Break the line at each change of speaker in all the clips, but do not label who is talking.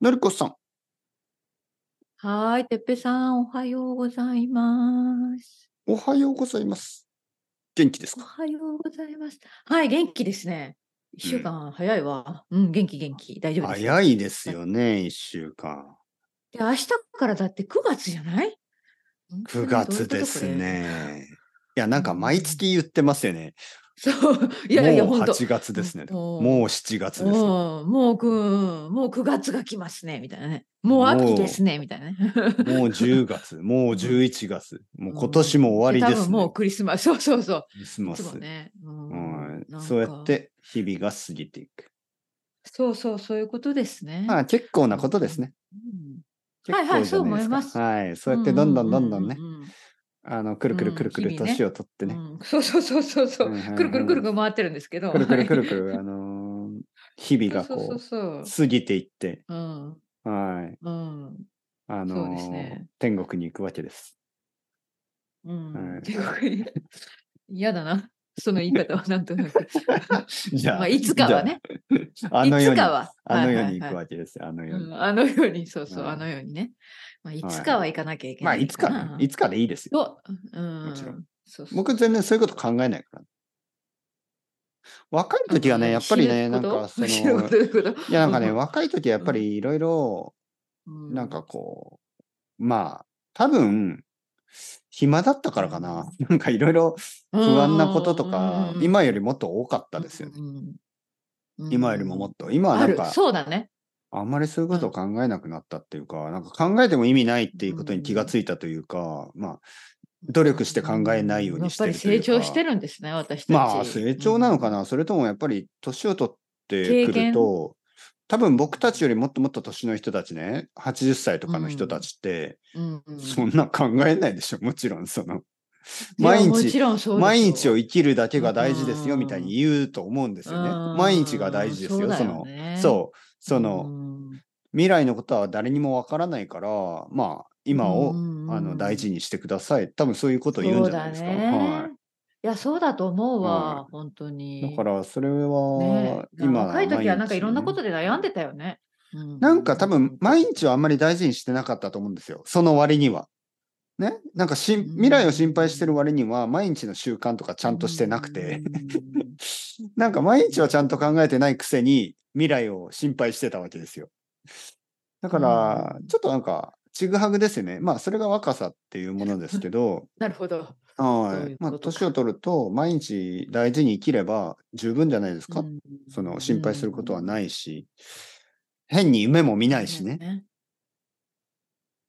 のりこさん。
はい、てっぺさん、おはようございます。
おはようございます。元気です
お
か
はようございます。はい、元気ですね。一
うん。
週間早いわ。うん、元気元気。大丈夫です
早
よ。
いです
はい
よね、一週間。
で、明日からだって9月じゃない本当に
9
どういう
月で
ことこ
す
れ。
ね。いや、な
うん
か毎
ん、
月言ってますよね。
そう、 いやいや、
もう
本当。
8月ですね。もう
も
7月
う、
ですね。
もう、もうく、もう9月が来ますね、みたいなね。もう秋で
も
すね、みたいなね。
う、もう 10月、もう
うん、
11月、もう今
う
年も
ん。で、
終わりで
多分
す
も
ね。
うクリスマス、そうそうそう。
クリス
い
マ
つも
ス。
ね、う、
うんん、
なん
そうやっ
か、
て日々が過ぎていく。
そうそう、そういうことです
ま
ね。
あ結構
う
なんこと
う
です
ん
ね。
うんは
結
いはい、
構じ
そ
ゃ
う
ない
思
で
い
す
ま
か。
す。
はい。そう
う
やって
ん
どん
う
どん
ん
ど
うんん
どんね、
うん
あの、く
う
るくるく
ん。う
る
ん、
く
日
る
々
年
ね。
をとって
う
ね。
ん、そうそうそうそうそ
は
う。
いはい
くるくる
は
くる
い。
くる回ってるんですけど、
くるく
は
るく
い。
るくる、あのー日々
そう
が
そうそう
こ、
そうう。
過ぎていって、
うん、
はい、
うん、
あ
そうです
のー
ね。
天国に行くわけです。
う
は
ん、
い。
天国に嫌だな。その言い方はなんとなく。
じ
まあ、
ゃあ、
いつか
じゃ
はね。
あ、あ
い
の
つ
世
か
に、
は。
あ
はい
の世
はい
に行
は
く
い。
わけですよ、あの世に。
うん、あのように、そうそう、あ
は
のようにね。まあ、
い。
いつ
は
か
い。
は行かなきゃいけ
まあ、
ないい
つ
か
かね、い
な。
つかでいいですよ。
と、う
もちろん。
ん、そうそう。
僕、全然そういうこと考えないから。若い
あ
時は
の、
ね、やっ
何
ぱ
死
り
ぬ
ね、な
こ
んか、
と
そ
死ぬこ
の、
とどういうこ
いや、なんかね、
と
若い時はやっ
う
ぱ
ん、
りいろいろ、
う
なん
ん、
かこう、まあ、多分、暇だった
う
からかな。
ん、
なんかいろいろ
う
不安なこととか、
ん、
今よりもっと多かったですよね。
うん、
今よりも
う
もっ
ん、
と。今は
あ
なん
る、
か、
そうだね。
あんまりそういう
う
ことを
ん、
考えなくなったっていうか、なんか考えても意味ないっていううことに気がつ
ん、
いたというか、まあ、
う、
努力して考えないようん
や
に
っ
し
ぱ
て
り
ると
成
いう
長して
か、
るんですね、私た
まあ、
ち。
成
う
長なのか
ん、
なそれともやっぱり年を取って
経
くる
験、
と、多分僕たちよりもっともっと年の人たちね、80歳と
う
かの人た
ん、
ちって、
うん、う
そん
ん。
な考えないでしょ。もちろん、その、
いや、
毎
も
日、
ちろんそうで
毎
す
日を
よ。
生きるだけ
う
が大事ですよ、みたいに
ん、
言うと思うんですよね。毎日が大
うん、
事です
そう
よ。
だ
そ
よ
の、
ね。
そう、
う
その、
ん、
未来のことは誰にもわからないから、まあ、
う
今を、あの、
ん、う
大
ん。
事にしてください。多分そういうことを言うんじ
そう
ゃない
だ
ですか。は
ね。いや、そうだと思う
い。は
わ、本当
い。だか
に。
ら、それ
ね
は、
え、だから
今、
若い時
毎
はなんかい
日
ろんなこ
ね。
とで悩んでたよね。うん、
なんか多
本
分、
当
毎
に。
日はあんまり大事にしてなかったと思うんですよ。その割には。ね、なんかしん
う
未来を心配してる
ん、
割には毎日の習慣とかち
う
ゃんとしてなくて
ん、
なんか毎
う
日はちゃんと
ん、
考えてないくせに未来を心配してたわけですよ。だ
う
から
ん。
ちょっとなんかちぐはぐですよね。まあそれが若さっていうものですけ ど、
なるほど。そう
はいい。
う
まあ
こと
年を
か。
取ると毎日大事に生きれば十分じゃないです
う
か。
ん、
その
う、
心配することはなんいし、変に夢も見ない
そう
し
だよ
ね。
ね。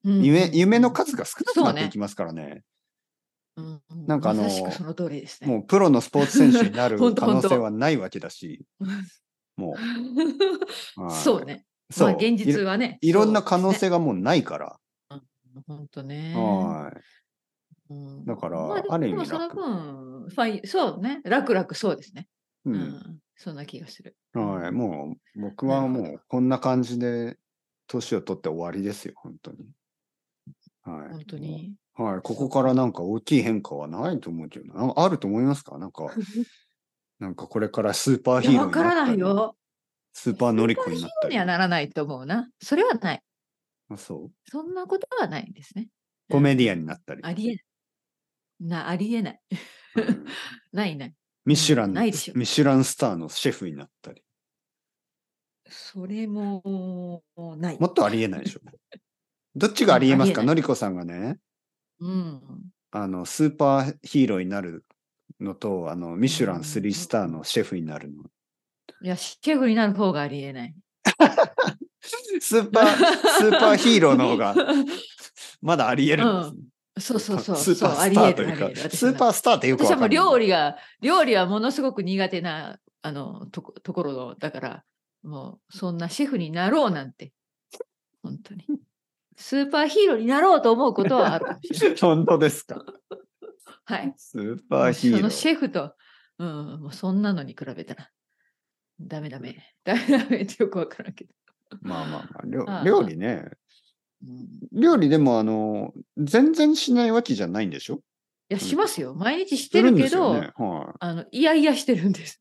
うん、う
夢、
ん、う
夢の
ん。
数が少なく
そ
な
う
っていき
ね。
ますからね。
うん、うん
なんかあ
まさしく
の、
その通りですね。
もうプロのスポーツ選手になる
本当
可
本
能性
当。
はないわけだし、もう、
そう
は
ね。
い。
まあ
そ
現
ういろ、
実はね、
いろんな
そう
可
です
能
ね。
性がもうないから、
うん本当ね。
はい。
う
だか
ん、まあ
ら、
で
ある意
も
味
その
楽。
分、ファイそうね、楽々そうですね。
う。
うんん、そんな気がする。う
はい。
ん、
もう、僕
な
は
るほど。
もう、こんな感じで、年を取って終わりですよ、本当に。は
本
い。
当
も
に、
う、はい。こ
そ
こ
う
から
か。
なんか大きい変化はないと思うけどな、あると思いますかなんか、なんかこれからスーパー
い
ヒ
や、
ーロー
わ
に
か
なっ
らな
た
い
り、
よ。
スーパー
スー
のり
パー
こに
ヒー
な
ロ
った
ーには
り。
ならないと思うな。それはない。
あ、そう
そんなことはないですね。う
コメディアン
ん、
になったり。
ありえな、ありえない。
うん。
ないない。
ミ
う
シュ
ん、
ラン
な
の、
いでしょ。
ミシュランスターのシェフになったり。
それも、ない。
もっとありえ ないでしょ。どっち
う
があり
ん、
え
あ
ま
り
す
え
か
な
の
い。
りこさんがね、
うん。
あの、スーパーヒーローになるのと、あの、ミ
う
シュラン
ん、
3スターのシェフになるの。
いや、シェフになる方がありえない。
スー パー、スーパーヒーローの方が、まだありえ
う
るんです
ん。
ね。
そうそう
パ
そう、
スーパ
そう、
ー
あ
ス
り
タ
え
ーと
る、
いう
あり
か、
える。私
ス
は
ー
な。
パースターってよく
私
わ
はも
か
うん
ないん
料
で。
理が、料理はものすごく苦手な、あの、とこ、ところの、だから、もう、そんなシェフになろうなんて、本当に。スーパーヒーローになろうと思うことはあるかもし れない。
本当ですか。
はい。
スーパ
も
ー
う、
ヒ
そ
ー
の
ロ
シェフと、うん、もうそんなのに比べたら、ダメダメ。ダメダメってよくわからんけど。
ー。まあまあまあ、料料
ああ、
理ね。
うん。
料理でも、あの、全然しないわけじゃないんでしょ
いや、
のり
し
こ
ま
さ
す
ん。
よ。毎日し
す
て
る
る
んで
け
すよ
ど、
ね。はい。
あの、いやいやしてるんです。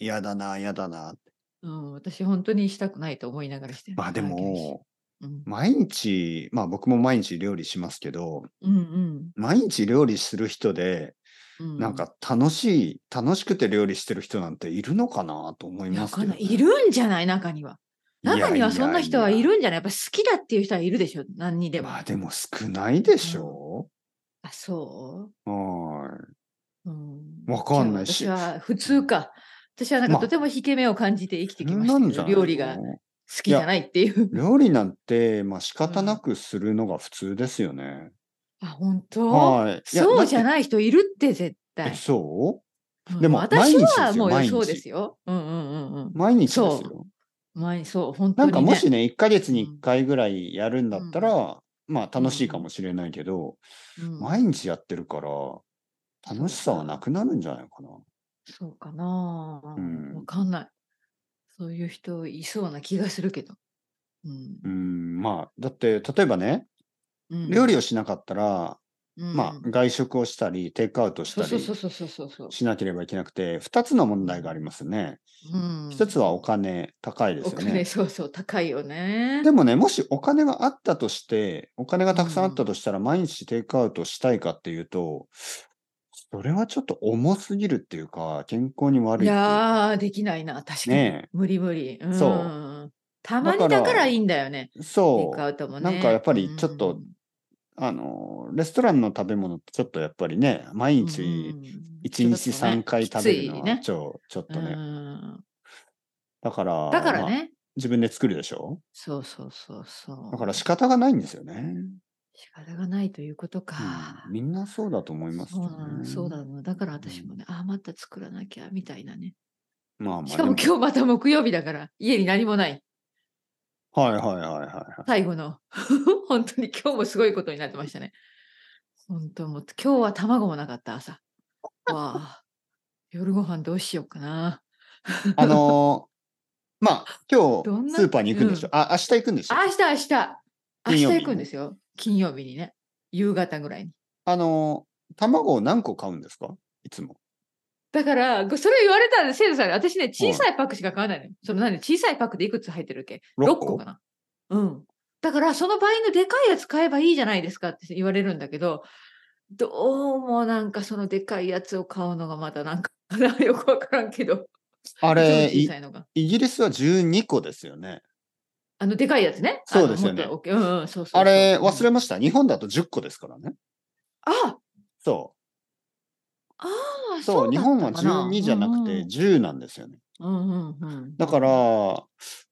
嫌だな、嫌だな。
うん、私本当にしたくないと思いながらしてる
まあでも、
うん、
毎日、まあ僕も毎日料理しますけど、
うんうん
毎日料理する人で、
うん
なんか楽しい、楽しくて料理してる人なんているのかなと思い
いや
ま
わ
す
か
け
ん
ど
な
ね、
いいるんじゃない中には。中にはそんな人はい
やいや
るんじゃないやっぱ好きだっていう人はいるでしょ何に
い
で
や
も。
まあでも少ないでしょ、
あそう
はーい。
うん
わかんないし
じゃあ私は普通か。私はなん
ま
か
あ
とても引け目を感じて生きてきまし
そ
た
んな
け
んじ
ど、
ゃないの
料理が好きじゃないっていう。
料理なんて、まあ仕方なくするのが普通ですよね。
あ、本当
はい。いや
そうじゃ
だ
ない人いるって絶
って
対
え。そう
うん
でも
私はも
毎
う
日ですよ
そうですよ。うんうんうんうん。
毎日です
そう
よ。
毎そう、本当
な
に、
んか
ね。
もしね、1ヶ月に
うん
1回ぐらいやるんだったら、まあ楽しいかもしれないけど、
うん
毎日やってるから、楽しさはなくなるんじゃないかな。
そうかなあ。わ、
うん
かんない。そういう人いそうな気がするけど。うん
うん、まあ、だって、例えばね、
うん
料理をしなかったら、
うん
まあ、外食をしたり、テイクアウトし
そう
た
そう
り
そうそうそうそうそう。
しなければいけなくて、2つの問題がありますね。
うん
1つはお金、高いで
お
すよ
金、
ね。
そうそう、高いよね。
でもね、もしお金があったとして、お金がたくさんあったとしたら、毎日テイクアウトしたいかっていうと、それはちょっと重すぎるっていうか、健康に悪
い
いっていう
やー、できないな、確かに。
ねえ
無理無理。うん、
そう
たまに
だから
だからいいんだよね。テイ
そ
クア
う。
ウトもね。
なんかやっぱりちょっとあの、レストランの食べ物ってちょっとやっぱりね、毎
うん、
日
一
1日3回食べるのは
ね。
ちょちょっと
う
ね。
ん
だから、
だから
まあ
ね。
自分で作るでしょ
そうそうそうそう。
だから仕方がないんですよね。
仕方がないということか。
うんみんなそうだと思います
そうなの、
ね。
そうだの。だから
う
私
ん
もね、ああ、また作らなきゃみたいなね。
まあまあ。
しかも
で
今日また木曜日だから、家に何もない。
はいはいはいはいは
最後の。 本当に今日もすごいことになってましたね。本当もう、今日は卵もなかった 朝。わあ、夜ご飯どうしようかな。
い。あの ー、まあ今
どん
日
な
スーパーに行くんでしょ、
う
あ、明日行くんでしょ
明日、明日。明
金
日
曜日
行くんですよ。金曜日にね。夕方ぐらいに。
あのー、卵を何個買うんですかいつも。
だから、ごそれ言われたんで、生徒さんに、私ね、小さいパックしか買わないのよ。その何、小さいパックでいくつ入ってるっけ
六
?6
個
個かな。うん。だから、その倍のでかいやつ買えばいいじゃないですかって言われるんだけど、どうもなんかそのでかいやつを買うのがまたなんか、 よくわからんけど、
あ
あ
れ、
小
い
さいのが。
イギリスは12個ですよね。
あの、でかいやつね。
そうですよね
あのもっと大きいうんうん、そうそうそう
あれ、忘れ
うん
ました。日本だと10個ですからね。
あ
そ
あ
う。
ー
そう、日本
だ
は
ったかな
12じゃなくて10なんですよね。
うんうんうんうん
だから、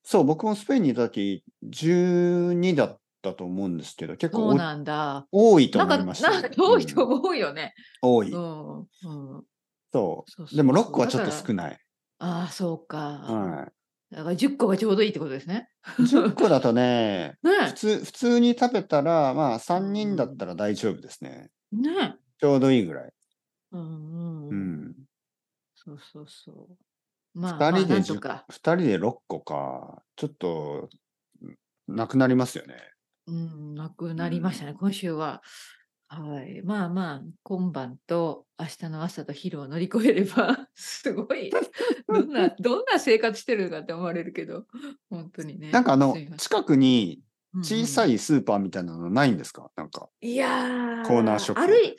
そう、僕もスペインにいた時12だったと思うんですけど、結
そ
構
う
お
なんだ。
多いと
なん
思
か、
いました
な
ね、
んか多
う
い
ん
と思うよね。
多い。
うんうん
そ
そうそうそう
う。でも6個はちょっと少ない。
ああ、そうか。
は
だから10個がちょうどいいってことですね。
い。10個だと ね、
ね
普通、普通に食べたら、まあ3人だったら大丈夫ですね。
え。ねえ。
ちょうどいいぐらい。
うんう。
うんん。
そうそうそう。まあ、ま
二
あ、
人で
なんと
10
か。
2人で6個か。ちょっと、なくなりますよね。
うん、なくなりましたね、今週は。はい。まあまあ、今晩と明日の朝と昼を乗り越えれば、すごい、どんな、どんな生活してるのかって思われるけど、本当にね。
なんかあの
すいま、せ
近くに
ん
小さ
うん
いスーパーみたいなのないんですかなんか。
いや
コーナーショップ
歩い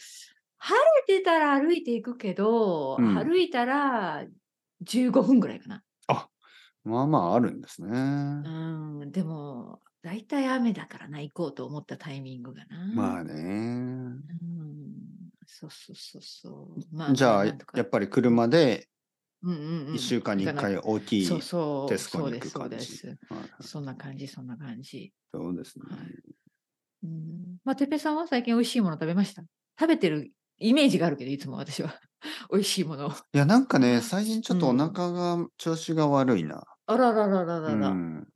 晴れてたら歩いていくけど、
うん
歩いたら15分ぐらいかな。
まあまああるんですね。
うん、でも、だいたい雨だからな、行こうと思ったタイミングがな。
まあね。
うん、そうそうそうそう。まあ、
じゃ
ま
あ、
な
や
んとか
っぱり車で
うんうんうん
1週間に1回
行か
大きい。
そうそう
テスコに
そう
行
で
く感
すそうで
じ。
す。
はい
そんな感じ、そんな感じ。
そうですね。
はいうん、まあ、てっぺいさんは最近美味しいもの食べました食べてるイメージがあるけど、いつも私は美味しいものを。
いや、なんかね、最近ちょっとお
うん
腹が、調子が悪いな。
あららららら
う
らら、
ん。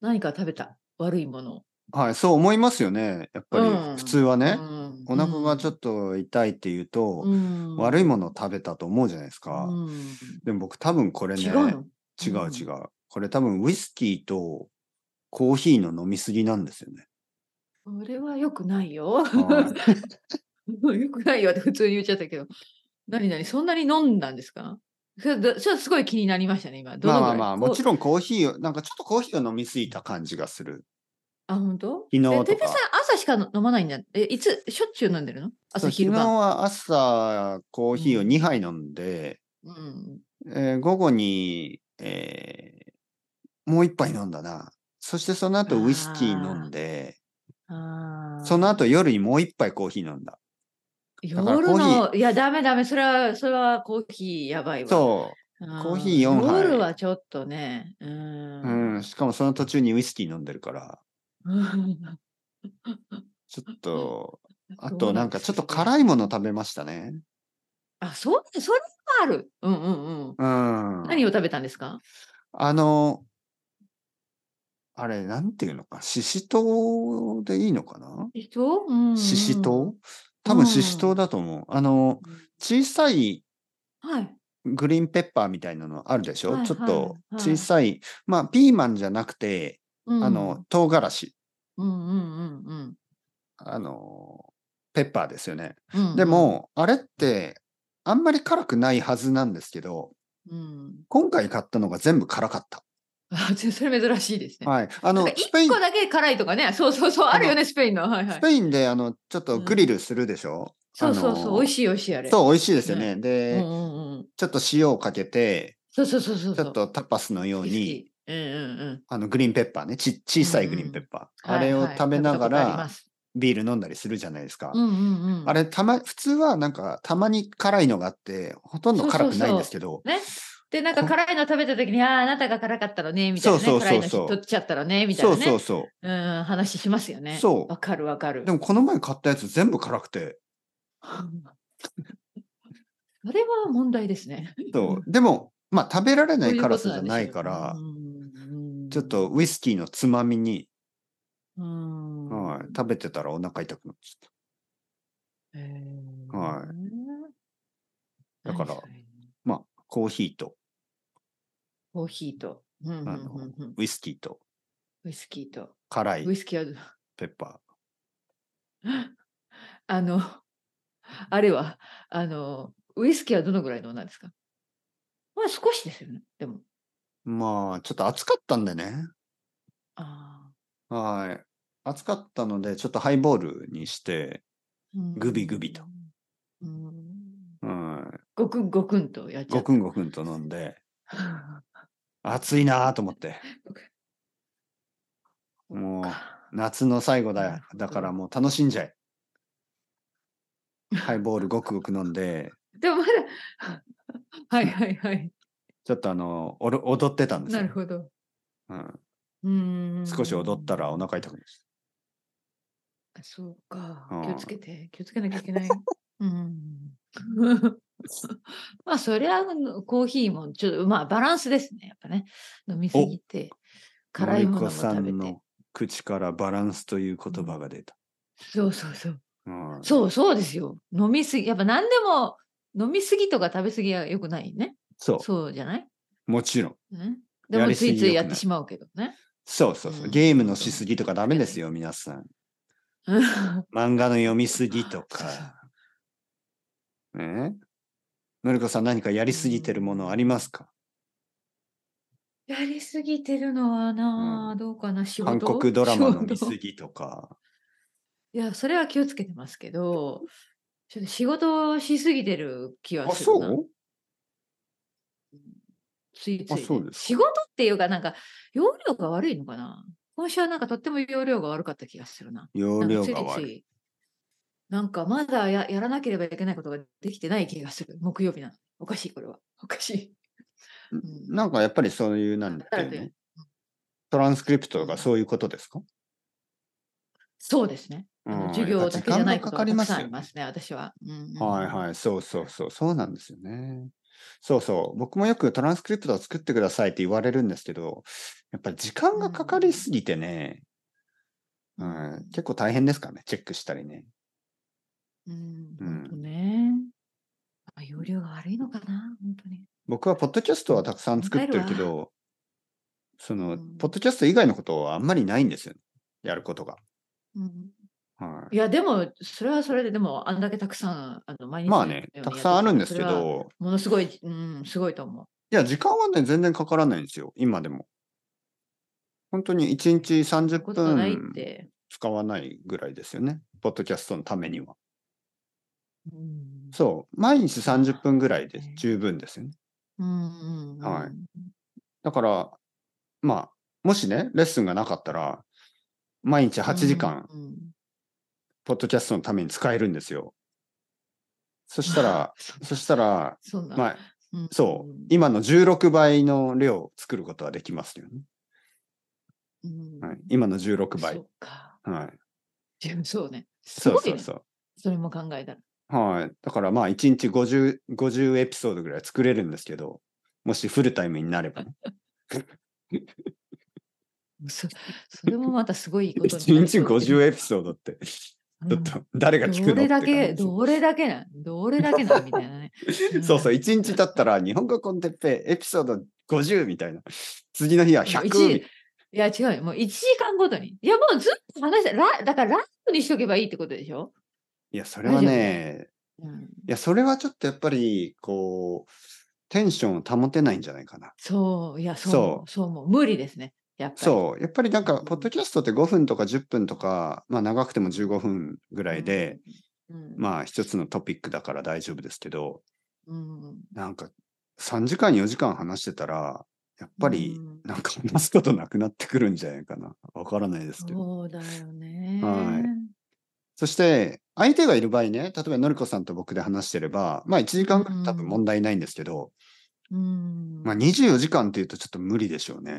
何か食べた悪いものを。
はい、そう思いますよね。やっぱり
うん
普通はね、
うん
お腹がちょっ
と、
と痛いっていうと、
うん
悪いものを食べたと思うじゃないですか。
うん
でも僕多分これね、
違うの
違う
うん
違う。これ多分ウイスキーとコーヒーの飲みすぎなんですよ ね。
これは良くないよ。
は
良くないよって普通に言っちゃったけど。何何そんなに飲んだんですかそれどそれすごい気になりましたね、今。ど
ま
の
あ
ぐ
ま
ら
あ
い
まあ、もち
ん。
ろんコーヒーを、なんかちょっとコーヒーを飲みすぎた感じがする。
あ、本当
昨日とか
えてっぺいさん、朝しかの飲まないんだ。え、いつ、しょっちゅう飲んでるの朝
そう
昼
昨日
晩。
は朝コーヒーを
うん
2杯飲んで、
うん。
えー午後に、えーもう1杯飲んだな。そしてその後ウイスキー飲んで、
あー
その後夜にもう1杯コーヒー飲んだ。だからコーヒー
夜の、いや、ダメダメ、それは、それはコーヒーやばいわ。
そ
うん
コーヒー四杯
夜はちょっとね。うー。
う。うんん。しかもその途中にウイスキー飲んでるから、 ちょっと、あとなんかちょっと
い。
辛いもの食べましたね。
あ、そう、それもある。うんうんうん。
うん。
何を食べたんですか
あの、あれ、なんていうのか、ししとうでいいのかな
シシトウうんうん
ししとう多分ししとうだと思う。あの、小さい
はい。
グリーンペッパーみたいなのあるでしょ、
はい
ちょっと
はいは
小
い
さい、まあ、ピーマンじゃなくて、
うん
あの、、唐辛子、
うんうんうんうん
あの、ペッパーですよね。
うんうん。
でも、あれって、あんまり辛くないはずなんですけど、
うん、
今回買ったのが全部辛かった。
あちょそれ珍しいですね。
はい。あ
なん
の
か、
スペイン
一個、だけ辛いとかね、そうそうそう、あるよ
あ
ね、スペインの。はいは
ス
い。
ペインで、あの、ちょっとグリルするでしょ、
そうそう
あ
そ
の
う、美味しい美味しいあれ。
そう、美味しいですよね。
う
で、
んうんうん。
ちょっと塩をかけて、
そうそうそうそう。
ちょっとタパスのよう
好き好
に、
き。うんうんうん。
あの、グリーンペッパーね、ち小さいグリーンペッパー、
はい
あ
は
れを
い
食べなが
食べたことありま
ら、
す
ビール飲んだりするじゃないですか。
うんうんうん。
あれ、たま、普通はなんか、たまに辛いのがあって、ほとんど辛くないんですけど、
ね。で、なんか
こ
辛いの食べた時に、ああ、あなたが辛かったのね、みたいな、ね。
そうそうそうそう
辛いの取っちゃったのね、みたいな、ね。
そうそうそ
うん、話しますよね。
そう
わかるわかる。
う。でも、この前買ったやつ全部辛くて、
それは問題ですね。
そう。でも、まあ、食べられない辛さじゃないか
そ
ら、
ういうことなんでし
ち
ょ
ょ
う
っ、とウイスキーのつまみに、
うんうん
はい、食べてたらお腹痛くなっちゃっ
へー
はいだから
何それ
た。まあ、コーヒーと
コーヒーと、うんうんうんうん
ウイスキーと
ウイスキーと、
辛い
ウイスキーは
ペッパ
あの、 あれは、あの、ウイスキーはどのぐらいのなんですかまあ少しですよね、でも。
ー。まあ、ちょっと暑かったんでね。
あ
はい。暑かったので、ちょっとハイボールにして、
ーうん
グビグビと。
うん
うん、
ごくんごくんとやっちゃ
ご
う
くんごくんと飲んで、暑いなぁと思って。もう夏の最後
なる
だ。
ほど
だからもう楽しんじゃえ。ハイボールごくごく飲んで、
でもまだ、 はいはいはい。
ちょっとあの、おろ踊ってたんです
な
よ
る。ほど。
うん、
うん。
少し踊ったらお腹痛くなっちゃった。
そうか
う。ん
気をつけて、気をつけなきゃ いけない。うん。 まあ、そりゃ、あのコーヒーも、ちょっと、まあ、バランスですね。やっぱね。飲みすぎて、辛いものも
森子さ
食べ
ん
て
の。口からバランスという言葉が出た。
そうそうそう。
うん
そうそうですよ。飲みすぎ、やっぱ何でも、飲みすぎとか食べすぎは良くないね。
そう
そうじゃない、
もちろん。
うん、で
や
も、
り
つ
すぎ
いつい
良
や
く
っ
ない
てしまうけどね。
そうそうそう。
うん
ゲームのしすぎとかダメですよ、皆さん。 漫画の読みすぎと
そうそう
か。ねのりこさん、何かやりすぎてるものありますか
やりすぎてるのはなあ、
うん
どうかな、仕
韓
事
国ドラマの見
仕事
すぎとか。
いや、それは気をつけてますけど、ちょっと仕事をしすぎてる気は
あ、
するな。
そう
ついつい
あ
ね、
そうですか
仕事っていうか、なんか、容量が悪いのかな今週はなんかとっても容量が悪かった気がするな。
容
なんか
量
つい
が悪い。
ついなんかまだややらなければいけないことができてない気がする。木曜日なの。おかしい、これは。おかしい。うん
なんかやっぱりそういう、なんだっ
働いて
け
る
トランスクリプトとかそういうことですか
そうですね。あ
う
の
ん
授業だけじゃないこと
やっぱ時間がか
がたく
かります
さ
よ
んありますね、私は。うんうん
はいはい、そうそうそう、そうなんですよね。そうそう、僕もよくトランスクリプトを作ってくださいって言われるんですけど、やっぱり時間がかかりすぎてね、う
うん
ん、結構大変ですからね、チェックしたりね。
うん、
うん
本当ね。あ容量が悪いのかな、本当に。
僕はポッドキャストはたくさん作ってるけ
わかる
ど、その、
うん
ポッドキャスト以外のことはあんまりないんですよ、やることが。
うん、
はい
や、でも、それはそれで、でも、あんだけたくさん、あの毎
い、
日
まあ
のよ
ね
う、に
たくさんあるんですけ
やってたらそれは
ど、
ものすごい、うん、すごいと思う。
いや、時間はね、全然かからないんですよ、今でも。本当に1日
そうい
30
うことがないっ
分
て。
使わないぐらいですよね、ポッドキャストのためには。
うん
そう、毎日30分ぐらいで
ね
十分ですよね。
うんうんうん
はいだから、まあ、もしね、レッスンがなかったら、毎日8時間、
うんうん、
ポッドキャストのために使えるんですよ。そしたら
そ
そしたら、
そんな、
まあ、
うん
そう、今の16倍の量を作ることはできますよね。
うん
はい、今の16倍。
そうか。
はい、
でもそうね。す
そう
ごい
そう
ね。
そう。
それも考えたら。
はい。だからまあ、1日 50, 50エピソードぐらい作れるんですけど、もしフルタイムになればね。
そそれもまたすごいことにな
1
り
日
そうだけど
50エピソードって、ちょっと誰が聞くの
どれ
って
だ
感じ
け、
です。
どれだけなん、どれだけなんみたいなね
そうそう、1日経ったら、日本語コンテッペイエピソード50みたいな。次の日は100みたい
1いや、違うよ。もう1時間ごとに。いや、もうずっと話して、ラだからライブにしとけばいいってことでしょ、
いや、それはね、
うん、
いや、それはちょっとやっぱり、こう、テンションを保てないんじゃないかな。
そう、いや、そう、そうもう無理ですね。やっぱり。
そう、やっぱりなんか、ポッドキャストって5分とか10分とか、まあ長くても15分ぐ
う
らいで、
ん、
まあ一つのトピックだから大丈夫ですけど、
うん、やっ
なんか3時間4時間話してたら、やっぱりなんか話すことなくなってくるんじゃないかな。わからないですけど。
そうだよね。
はそして相手がいる場合ね、例えばのりこさんと僕で話してれば、まあ1時間ぐらい多分問題ないんですけど、
うん。
まあ24時間っていうとちょっと無理でしょうね。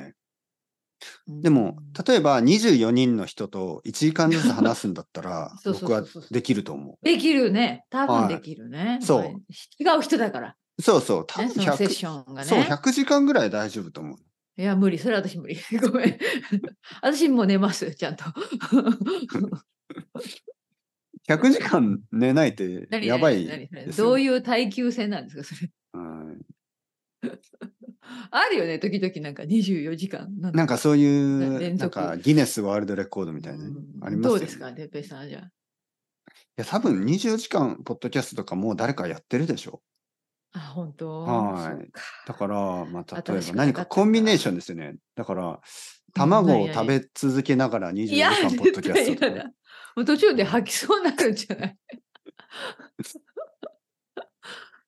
うん
でも、例えば24人の人と1時間ずつ話すんだったら
、そうそう
僕
そうそう
はできると思
できるね。多分
はい
できるね。
そう
まあ違う人だから、
う。そうそう、多
ね、
分
そのセッシ
100、
ョンがね。
そう、100時間ぐらい大丈夫と思う。
いや、無理。それは私無理。 ごめん。私もう寝ます、ちゃんと。
100時間寝ないって
何
やばい
何何
です
ど
よ
う
ね。
いう耐久性なんですか、それ。
うん
あるよね、時々なんか24時間。なん
なんかそういう、
連
なん
続
かギネスワールドレコードみたいなね、
うん
ありますよね。
どうです
い
か、てっぺいさんじゃあ。
や、多分24時間、ポッドキャストとかもう誰かやってるでしょ。
あ、本当
はい
そうか
だから、まあ、例え
新し
ば何
く分かったんだ
かコンビネーションですよね。だから、
何
卵を
々
食べ続けながら24
い
時
や、
間ポッド
絶
キャス
対
トとか
嫌
ね、
だ。もう途中で吐きそうになるんじゃない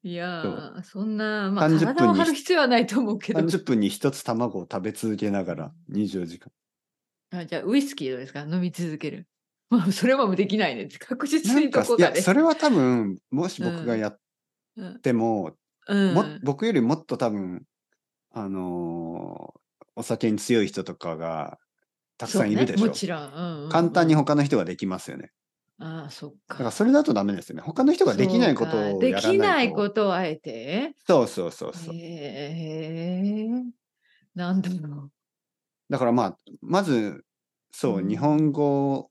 いやー、そんな、まあ、
30
体
分
を
に
張る必要はないと思うけど。
30分に1つ卵を食べ続けながら24時間。
あじゃあ、ウイスキーどうですか飲み続ける。まあ、それはもうできないね。確実
な
に
ん
ど
か、
こ
い
か
や、
で。
それは多分、もし僕がやっても、
うん
も僕よりもっと多分、あのーお酒に強い人とかがたくさんいるでし
そ
ょ。
うね、もちろん。うんうんうん
簡単に他の人ができますよね。
ああ、そっか。
だからそれだとダメですよね。他の人ができないことをやら
そ
ない
う
と。
かできないことをあえて。
そうそうそうそう。
へえ。なんだろ
だからまあ、まず、そう、
うん
日本語、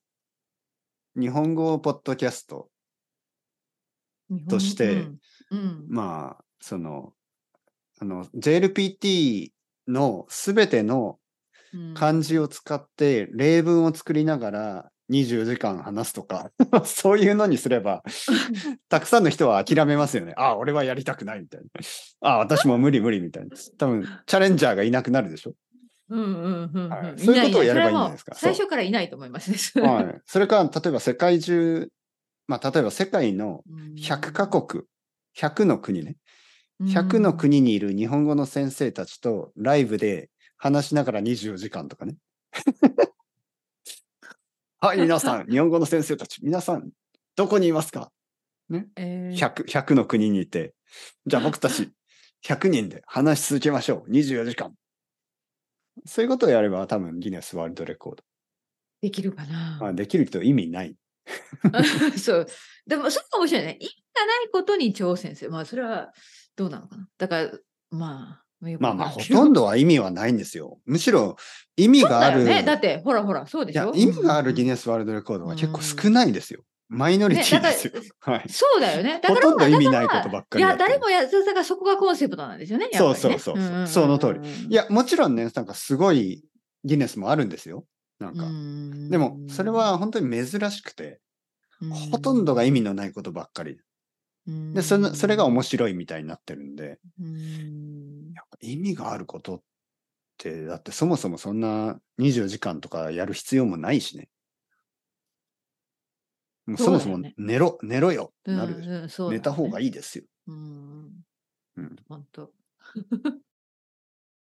日本語をポッドキャスト、
う。日本
として
うんうん
まあ、その、あの、JLPT のすべての
うん
漢字を使って例文を作りながら24時間話すとか、 そういうのにすれば、たくさんの人は諦めますよね。ああ、俺はやりたくないみたいな。ああ、私も無理無理みたいな。多分、チャレンジャーがいなくなるでしょ。
うんうんうん
はい
ん
そういうことを
な
やればいいんじゃ
そは
ない
もう
ですか
最
そう
初からいないと思いますね。
はい。それから、例えば世界中、まあ、例えば世界の100カ国、100の国ね、100の国にいる日本語の先生たちとライブで話しながら24時間と かね。はい、皆さん、日本語の先生たち、皆さん、どこにいますか
100
100, 100の国にいて、じゃあ僕たち100人で話し続けましょう。24時間。そういうことをやれば多分ギネスワールドレコード。
できるかな
まあ、できる人意味ない。
そう。でも、それも面白いね。意味がないことに挑戦する。まあ、それはどうなのかな。だから、まあ、よく
ま
わ
あまあ、
かん
ほ
ないけど
とんどは意味はないんですよ。むしろ意味がある。
そうだよね。だって、ほらほら、そうで
い
し
や
ょ。
意味がある
うんうん
ギネスワールドレコードは結構少ないですよ。マイノリティですよ。
ね
はい。
そうだよね。だ
ほ
から
とんど
まあ
意味な
だ
い
か
こ
ら
とばっかり
い
や
や、
ってる。
誰もや、そうだからそこがコンセプトなんですよね。やっぱりね
そうそうそうそうん
んん
その通り
り
い、や、もちろんね、なんかすごいギネスもあるんですよ。なんか。
うん
でも、それは本当に珍しくて、ほとんどが意味のないことばっかり。で、そのそれが面白いみたいになってるんで、
白い。うん
やっぱ意味があることって、だってそもそもそんな24時間とかやる必要もないしね。もうそもそ
そう
も
だよね
寝ろ、寝ろよってなるでしょ、
うんうんそうだね
寝た方がいいですよ。
うん
うん
本当。